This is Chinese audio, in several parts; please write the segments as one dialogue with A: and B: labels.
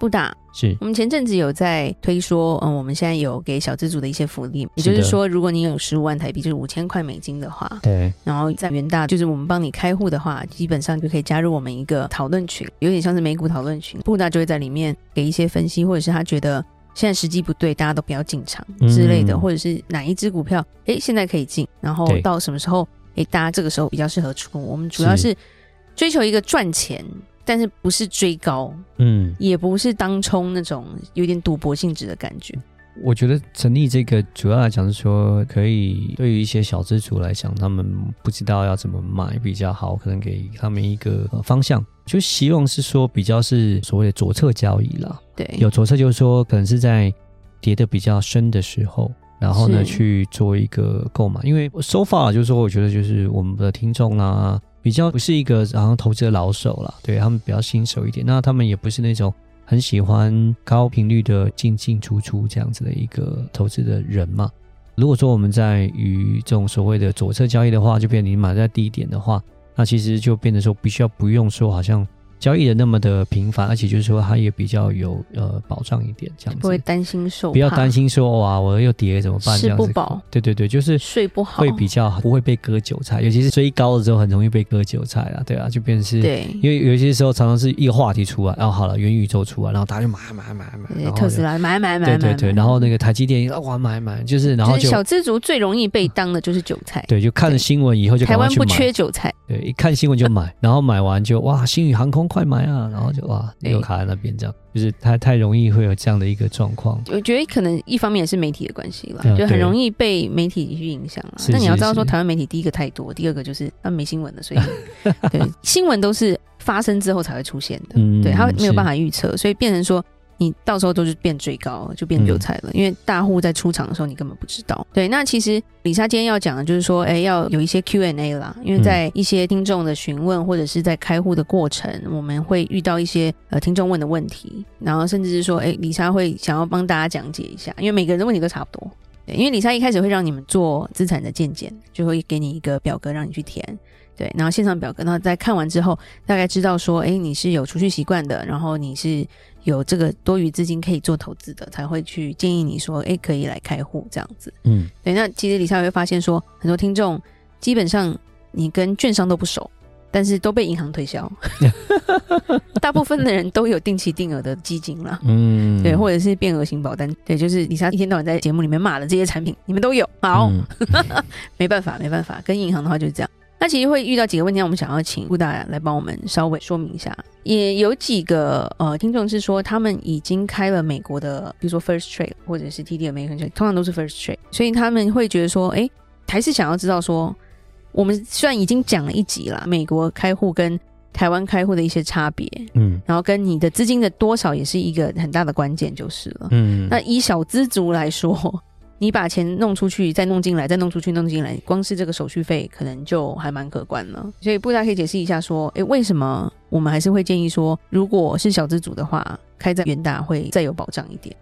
A: 布达，
B: 是
A: 我们前阵子有在推说，嗯，我们现在有给小资族的一些福利，也就是
B: 的
A: 说，如果你有十五万台币，就是五千块美金的话，
B: 对，
A: 然后在元大，就是我们帮你开户的话，基本上就可以加入我们一个讨论群，有点像是美股讨论群。布大就会在里面给一些分析，或者是他觉得现在时机不对，大家都不要进场之类的，
B: 嗯
A: 或者是哪一只股票，诶，现在可以进，然后
B: 对
A: 到什么时候，诶，大家这个时候比较适合出。我们主要是追求一个赚钱，但是不是追高，
B: 嗯，
A: 也不是当冲那种有点赌博性质的感觉。
B: 我觉得成立这个主要来讲是说，可以对于一些小资族来讲，他们不知道要怎么买比较好，可能给他们一个、呃方向。就希望是说比较是所谓的左侧交易啦，
A: 对，
B: 有左侧就是说可能是在跌的比较深的时候，然后呢
A: 是
B: 去做一个购买。因为 so far 就是说，我觉得就是我们的听众啦，比较不是一个然后投资的老手啦，对他们比较新手一点，那他们也不是那种。很喜欢高频率的进进出出这样子的一个投资的人嘛。如果说我们在于这种所谓的左侧交易的话，就变成你买在低点的话，那其实就变得说必须要不用说好像交易的那么的频繁，而且就是说它也比较有呃保障一点这样
A: 不会
B: 子，
A: 担心受怕，
B: 不要担心说哇我又跌怎么办这
A: 吃
B: 样
A: 不
B: 子。
A: 饱，
B: 对对对，就是
A: 睡不好，
B: 会比较不会被割韭菜，尤其是追高的时候很容易被割韭菜啊，对啊，就变成是。
A: 对。
B: 因为有些时候常常是一个话题出来，然、后好了，元宇宙出来，然后大家就买买买买，
A: 对
B: 然后
A: 特斯
B: 就
A: 拉买买买买
B: 对
A: 买，
B: 对对，
A: 买
B: 然后那个台积电啊哇买买，就是然后
A: 就是
B: 就
A: 小资族最容易被当的就是韭菜，
B: 对，就看了
A: 对
B: 新闻以后就赶
A: 台
B: 快
A: 湾
B: 去
A: 不
B: 买，
A: 缺韭菜，
B: 对，一看新闻就 买，然后买完就哇，星宇航空快买啊，然后就哇
A: 对
B: 又卡在那边这样，就是太太容易会有这样的一个状况。
A: 我觉得可能一方面也是媒体的关系啦，
B: 嗯
A: 就很
B: 对
A: 容易被媒体去影响啦。
B: 是
A: 那你
B: 是
A: 要知道说，
B: 是
A: 台湾媒体第一个太多，第二个就是他们没新闻的，所以对新闻都是发生之后才会出现的，
B: 嗯
A: 对，他没
B: 是
A: 有办法预测，所以变成说。你到时候都是变最高，
B: 嗯
A: 就变韭菜了，因为大户在出场的时候你根本不知道。对，那其实李莎今天要讲的就是说，哎、要有一些 Q&A 啦，因为在一些听众的询问或者是在开户的过程，我们会遇到一些呃听众问的问题，然后甚至是说，哎、李莎会想要帮大家讲解一下，因为每个人的问题都差不多。对，因为李莎一开始会让你们做资产的鉴检，就会给你一个表格让你去填，对，然后线上表格，然后在看完之后，大概知道说，哎，你是有储蓄习惯的，然后你是有这个多余资金可以做投资的，才会去建议你说，哎，可以来开户这样子。
B: 嗯，
A: 对，那其实李莎会发现说，很多听众基本上你跟券商都不熟，但是都被银行 推销，大部分的人都有定期定额的基金啦。
B: 嗯，
A: 对，或者是变额型保单，对，就是李莎一天到晚在节目里面骂的这些产品，你们都有。好，
B: 嗯
A: 没办法，没办法，跟银行的话就是这样。那其实会遇到几个问题，那我们想要请顾大来帮我们稍微说明一下。也有几个呃听众是说，他们已经开了美国的，比如说 First Trade 或者是 TD American Trade，通常都是 First Trade，所以他们会觉得说，诶，还是想要知道说，我们虽然已经讲了一集啦，美国开户跟台湾开户的一些差别，
B: 嗯
A: 然后跟你的资金的多少也是一个很大的关键，就是了。
B: 嗯，
A: 那以小资族来说， 你把钱弄出去，再弄进来，再弄出去，弄进来，光是这个手续费可能就还蛮可观了。所以布达可以解释一下，说，诶，为什么我们还是会建议说，如果是小资族的话，开在元大会再有保障一点。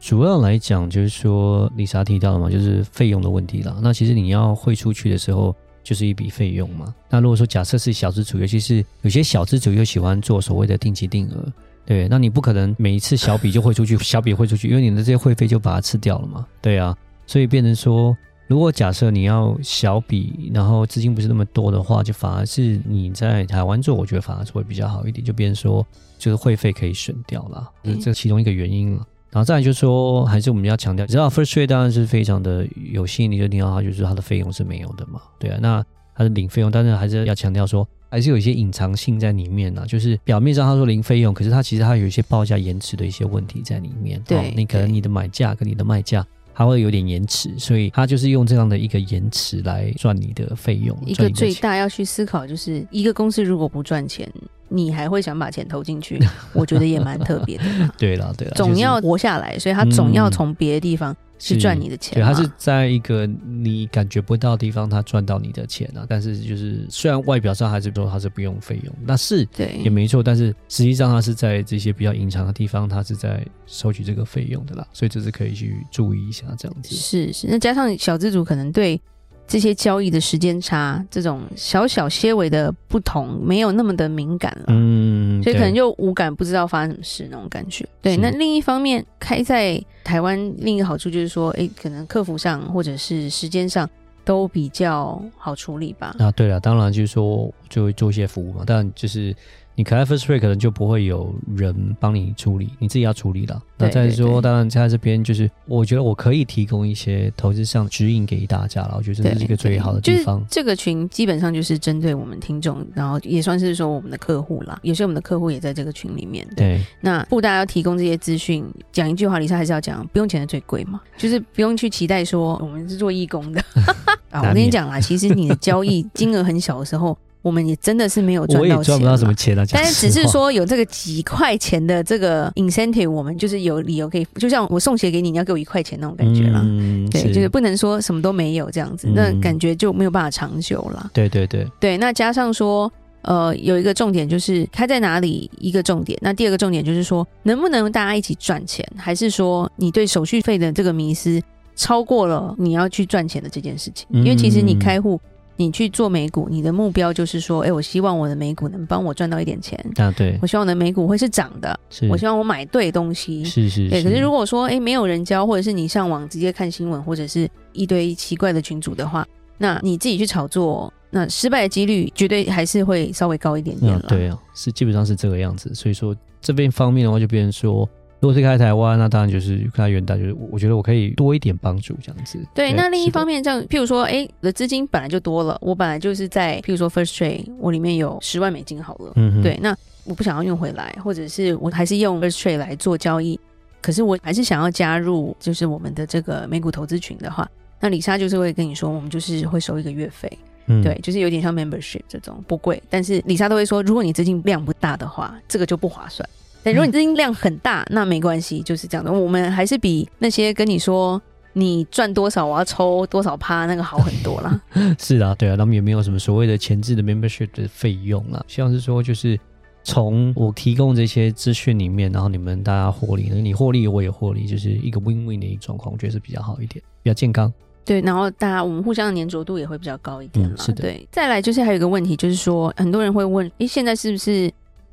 B: 主要来讲就是说，丽莎提到了嘛，就是费用的问题啦。那其实你要汇出去的时候，就是一笔费用嘛。那如果说假设是小资主，尤其是有些小资主又喜欢做所谓的定期定额，对，那你不可能每一次小笔就汇出去，小笔汇出去，因为你的这些会费就把它吃掉了嘛。对啊，所以变成说，如果假设你要小笔，然后资金不是那么多的话，就反而是你在台湾做，我觉得反而是会比较好一点，就变成说就是会费可以省掉啦，这
A: 嗯
B: 这其中一个原因了。然后再来就是说，还是我们要强调，你知道 First Trade 当然是非常的有吸引力，就听到它就是它的费用是没有的嘛，对啊，那它是零费用，但是还是要强调说，还是有一些隐藏性在里面啊，就是表面上他说零费用，可是它其实它有一些报价延迟的一些问题在里面，
A: 对
B: 哦，你可能
A: 对
B: 你的买价跟你的卖价。它会有点延迟，所以它就是用这样的一个延迟来赚你的费用，
A: 一
B: 赚
A: 个
B: 你的
A: 最
B: 钱
A: 大要去思考，就是一个公司如果不赚钱，你还会想把钱投 进去，我觉得也蛮特别的嘛。
B: 对啦，对啦，
A: 总
B: 就是
A: 要活下来，所以他总要从别的地方去赚你的钱
B: 对，
A: 嘛。
B: 他是在一个你感觉不到的地方，他赚到你的钱啊。但是就是虽然外表上还是说他是不用费用，那是也
A: 对
B: 没错，但是实际上他是在这些比较隐藏的地方，他是在收取这个费用的啦。所以这是可以去注意一下这样子。
A: 是是，那加上小资主可能对这些交易的时间差这种小小些微的不同，没有那么的敏感了。
B: 嗯，
A: 啊所以
B: 对
A: 可能就无感，不知道发生什么事那种感觉。对，
B: 是
A: 那另一方面，开在台湾另一个好处就是说，诶，可能客服上或者是时间上都比较好处理吧。
B: 啊，对了，当然就是说就会做一些服务嘛，但就是你可爱 first p a y 可能就不会有人帮你处理，你自己要处理了。那
A: 对
B: 再
A: 对
B: 说，
A: 对
B: 当然在这边就是我觉得我可以提供一些投资上指引给大家了，我觉得这是一个最好的
A: 对
B: 地方
A: 就是。这个群基本上就是针对我们听众，然后也算是说我们的客户啦。有些我们的客户也在这个群里面。，
B: 对，
A: 那布大要提供这些资讯，讲一句话，李莎还是要讲，不用钱的最贵嘛，就是不用去期待说 我们是做义工的 啊。我
B: 难
A: 跟你
B: 免
A: 讲啦，其实你的交易金额很小的时候，我们也真的是没有赚
B: 我也
A: 到钱
B: 赚
A: 啦，
B: 不到什么钱了、啊讲
A: 但是只
B: 实
A: 是
B: 话，
A: 说有这个几块钱的这个 incentive，我们就是有理由可以，就像我送鞋给你，你要给我一块钱那种感觉啦。
B: 嗯，
A: 对，就是不能说什么都没有这样子，
B: 嗯
A: 那感觉就没有办法长久啦。
B: 对对对，
A: 对，那加上说，呃，有一个重点就是开在哪里一个重点，那第二个重点就是说，能不能大家一起赚钱，还是说你对手续费的这个迷思超过了你要去赚钱的这件事情？因为其实你
B: 嗯
A: 开户。你去做美股，你的目标就是说，哎、我希望我的美股能帮我赚到一点钱，
B: 啊对
A: 我，希望我的美股会是涨的，
B: 是
A: 我希望我买对东西。
B: 嗯是是，
A: 对，可
B: 是
A: 是如果说诶没有人教，或者是你上网直接看新闻，或者是一堆奇怪的群组的话，那你自己去炒作，那失败的几率绝对还是会稍微高一点点
B: 嗯，
A: 了。
B: 对啊，是基本上是这个样子。所以说这边方面的话，就变成说，如果是开台湾，那当然就是开元大，就是我我觉得我可以多一点帮助这样子。
A: 对那另一方
B: 面，
A: 面，这样，譬如说，诶，我的资金本来就多了，我本来就是在，譬如说 First Trade，我里面有十万美金好了，
B: 嗯哼，
A: 对，那我不想要用回来，或者是我还是用 First Trade 来做交易，可是我还是想要加入，就是我们的这个美股投资群的话，那李莎就是会跟你说，我们就是会收一个月费，
B: 嗯
A: 对，，就是有点像 membership 这种不贵，但是李莎都会说，如果你资金量不大的话，这个就不划算。但如果你资金量很大，那没关系，就是这样的。我们还是比那些跟你说你赚多少，我要抽多少趴那个好很多 啦。
B: 是啊，对啊，他们也没有什么所谓的前置的 membership 的费用啦，希望是说就是。从我提供这些资讯里面，然后你们大家获利，你获利我也获利，就是一个 win-win 的一个状况，我觉得是比较好一点，比较健康。
A: 对，然后大家我们互相的粘着度也会比较高一点啦。
B: 嗯是的
A: 对，再来就是还有一个问题，就是说很多人会问，诶，现在是不是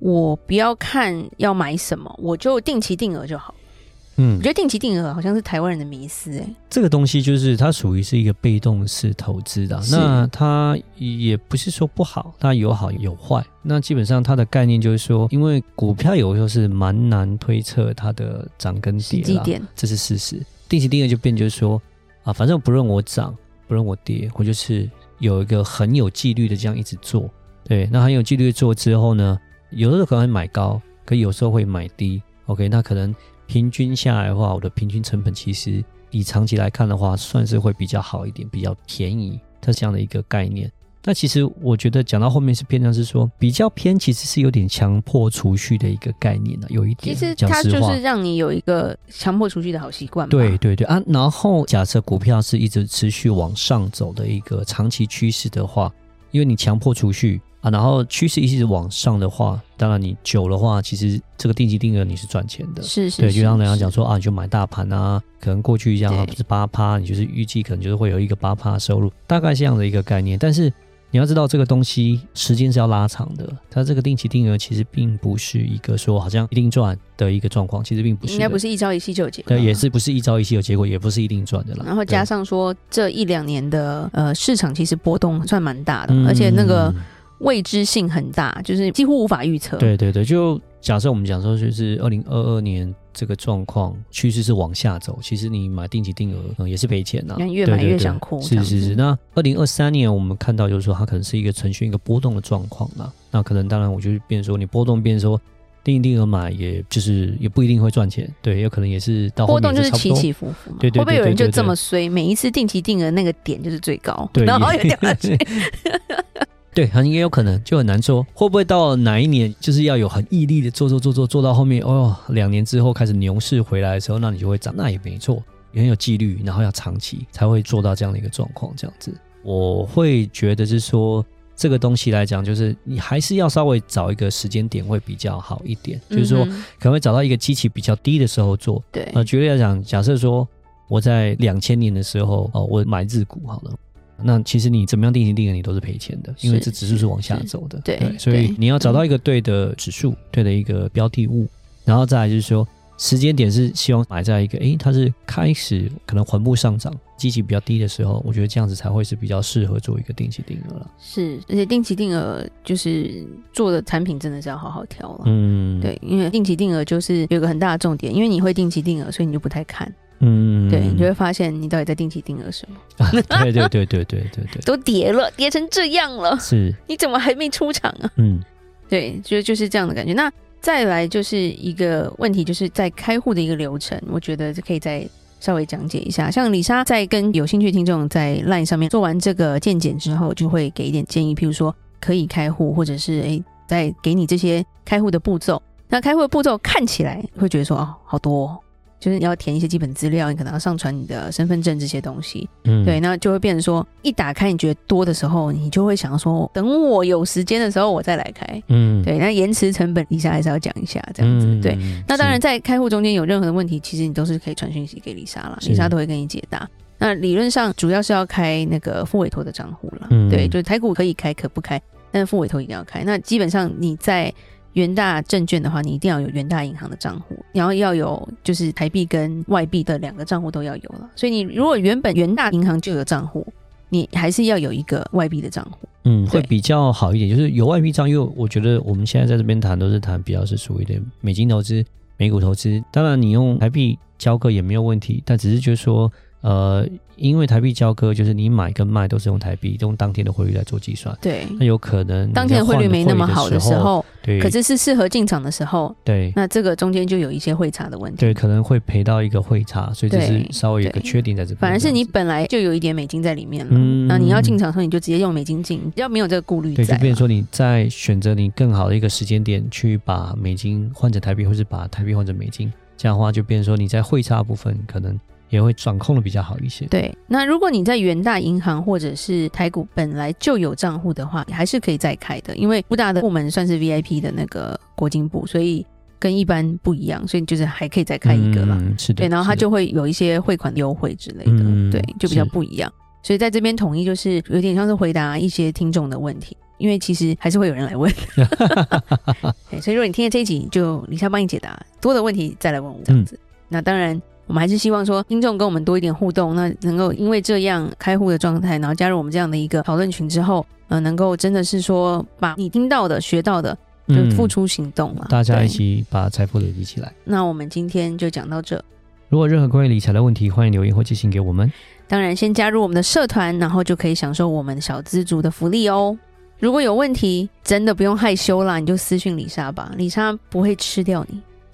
A: 我不要看要买什么，我就定期定额就好？
B: 嗯
A: 我觉，得定期定额好像是台湾人的迷思、诶。
B: 这个东西就是它属于是一个被动式投资的啊，
A: 是
B: 那它也不是说不好，它有好有坏。那基本上它的概念就是说，因为股票有时候是蛮难推测它的涨跟
A: 实
B: 跌
A: 际
B: 啦，
A: 点
B: 这是事实。定期定额就变就是说啊，反正不论我涨，不论我跌，我就是有一个很有纪律的这样一直做。对，那很有纪律地做之后呢，有时候可能会买高，可有时候会买低。OK，那可能平均下来的话，我的平均成本其实以长期来看的话，算是会比较好一点，比较便宜，它是这样的一个概念。那其实我觉得讲到后面是偏向是说比较偏，其实是有点强迫储蓄的一个概念了、有一
A: 其
B: 点。
A: 实
B: 讲
A: 它
B: 实
A: 就
B: 话
A: 是让你有一个强迫储蓄的好习惯吧。
B: 对对对啊，然后假设股票是一直持续往上走的一个长期趋势的话，因为你强迫储蓄啊，然后趋势一直往上的话，当然你久的话，其实这个定期定额你是赚钱的。
A: 是是，
B: 对，
A: 是
B: 就让人家讲，说啊，你就买大盘啊，可能过去一样啊，
A: 对
B: 不是八趴，你就是预计可能就是会有一个八趴收入，大概是这样的一个概念。但是你要知道，这个东西时间是要拉长的，它这个定期定额其实并不是一个说好像一定赚的一个状况，其实并不是的。
A: 应该不是一朝一夕就有结果。
B: 对，也。是不是一朝一夕有结果，也不是一定赚的啦。
A: 啊然后加
B: 对
A: 上说，这一两年的呃市场其实波动算蛮大的，而且那个
B: 嗯
A: 未知性很大，就是几乎无法预测。
B: 对对对，就假设我们讲说，就是二零二二年这个状况趋势是往下走，其实你买定期定额、呃也是赔钱呐、
A: 因为越
B: 对
A: 买
B: 对
A: 越
B: 对
A: 想哭这
B: 是
A: 样
B: 是
A: 子
B: 是。那二零二三年我们看到就是说，它可能是一个呈现一个波动的状况啦。那可能当然，我就是变说你波动变说。定期定额买，也就是也不一定会赚钱，对，有可能也是到后
A: 波
B: 面
A: 动就是
B: 差不
A: 起
B: 多
A: 起伏伏嘛，
B: 对对对
A: 会不会有人
B: 对
A: 就
B: 对
A: 这么衰？每一次定期定额那个点就是最 高，
B: 对
A: 然后
B: 也
A: 又掉下去。
B: 对，很也有可能就很难说，会不会到哪一年就是要有很毅力的做做做做做到后面哦，两年之后开始牛市回来的时候，那你就会涨，那也没错，也很有纪律，然后要长期才会做到这样的一个状况，这样子，我会觉得是说。这个东西来讲，就是你还是要稍微找一个时间点会比较好一点，就是说
A: 嗯哼
B: 可能会找到一个机器比较低的时候做。
A: 对，
B: 呃，举例来讲，假设说我在两千年的时候，哦，我买日股好了。那其实你怎么样定型定额，你都是赔钱的，因为
A: 是
B: 这指数是往下
A: 是
B: 走的。
A: 对
B: 所以
A: 对
B: 你要找到一个对的指数、对的一个标的物，然后再来就是说时间点是希望买在一个，诶，它是开始可能缓步上涨、基期比较低的时候，我觉得这样子才会是比较适合做一个定期定额了。
A: 是，而且定期定额就是做的产品真的是要好好挑了。
B: 嗯，，
A: 对，因为定期定额就是有一个很大的重点，因为你会定期定额，所以你就不太看，
B: 嗯，
A: 对，你就会发现你到底在定期定额什么，
B: 啊对对对对对对对，
A: 都跌了，跌成这样了，
B: 是，
A: 你怎么还没出场啊？
B: 嗯
A: 对，就就是这样的感觉。那再来就是一个问题，就是在开户的一个流程，我觉得可以再稍微讲解一下。像李莎在跟有兴趣听众在 LINE 上面做完这个见解之后，就会给一点建议，譬如说可以开户，或者是诶，再给你这些开户的步骤。那开户的步骤看起来会觉得说哦，好多、哦，就是你要填一些基本资料，你可能要上传你的身份证这些东西。
B: 嗯，
A: 对，，那就会变成说，一打开你觉得多的时候，你就会想说，等我有时间的时候我再来开。
B: 嗯，
A: 对，那延迟成本，以下还是要讲一下这样子。对，
B: 嗯
A: 那当然
B: 是
A: 在开户中间有任何的问题，其实你都是可以传讯息给丽莎啦，
B: 是
A: 丽莎都会跟你解答。那理论上主要是要开那个副委托的账户啦，
B: 嗯
A: 对，就是台股可以开可不开，但是副委托一定要开。那基本上你在元大证券的话，你一定要有元大银行的账户，然后要有就是台币跟外币的两个账户都要有了。所以你如果原本元大银行就有账户，你还是要有一个外币的账户。
B: 嗯会
A: 对
B: 比较好一点，就是有外币账，因为我觉得我们现在在这边谈都是谈比较是属于的美金投资、美股投资，当然你用台币交割也没有问题，但只是就是说。呃，因为台币交割就是你买跟卖都是用台币，都用当天的汇率来做计算，
A: 对，
B: 那有可能你
A: 嗯当天
B: 在
A: 的汇
B: 换
A: 率没那么好
B: 的
A: 的时
B: 候，
A: 候，
B: 对，
A: 可是是嗯适合进场的时候，
B: 对
A: 那这个中间就有一些汇差的问题。
B: 对，可能会赔到一个汇差，所以这是
A: 对
B: 稍微有一个
A: 对
B: 缺点在这边。
A: 反而是
B: 这样
A: 你
B: 子
A: 本来就有一点美金在里面了，
B: 嗯
A: 那你要进场的时候你就直接用美金进，比较没有这个顾虑
B: 对，就
A: 在
B: 变成说
A: 嘛。
B: 你在选择你更好的一个时间点去把美金换成台币，或是把台币换成美金，这样的话就变成说你在汇差部分可能也会掌控的比较好一些。
A: 对，那如果你在元大银行或者是台股本来就有账户的话，你还是可以再开的，因为布大的部门算是 VIP 的那个国金部，所以跟一般不一样，所以你就是还可以再开一个啦。
B: 嗯、是的，
A: 对，然后它
B: 是的
A: 就会有一些汇款优惠之类的，
B: 嗯
A: 对，就比较
B: 是
A: 不一样。所以在这边统一就是有点像是回答一些听众的问题，因为其实还是会有人来问。 对，所以如果你听了这一集，就李莎帮你解答多的问题再来问我这样子。
B: 嗯
A: 那当然。我们还是希望说，听众跟我们多一点互动，那能够因为这样开户的状态，然后加入我们这样的一个讨论群之后，呃，能够真的是说把你听到的、学到的，就付、出行动嘛、
B: 嗯，大家
A: 对
B: 一。起把财富累积起来。
A: 那我们今天就讲到这。
B: 如果有任何关于理财的问题，欢迎留言或寄信给我们。
A: 当然，先加入我们的社团，然后就可以享受我们小资族的福利哦。如果有问题，真的不用害羞啦，你就私讯李莎吧，李莎不会吃掉你。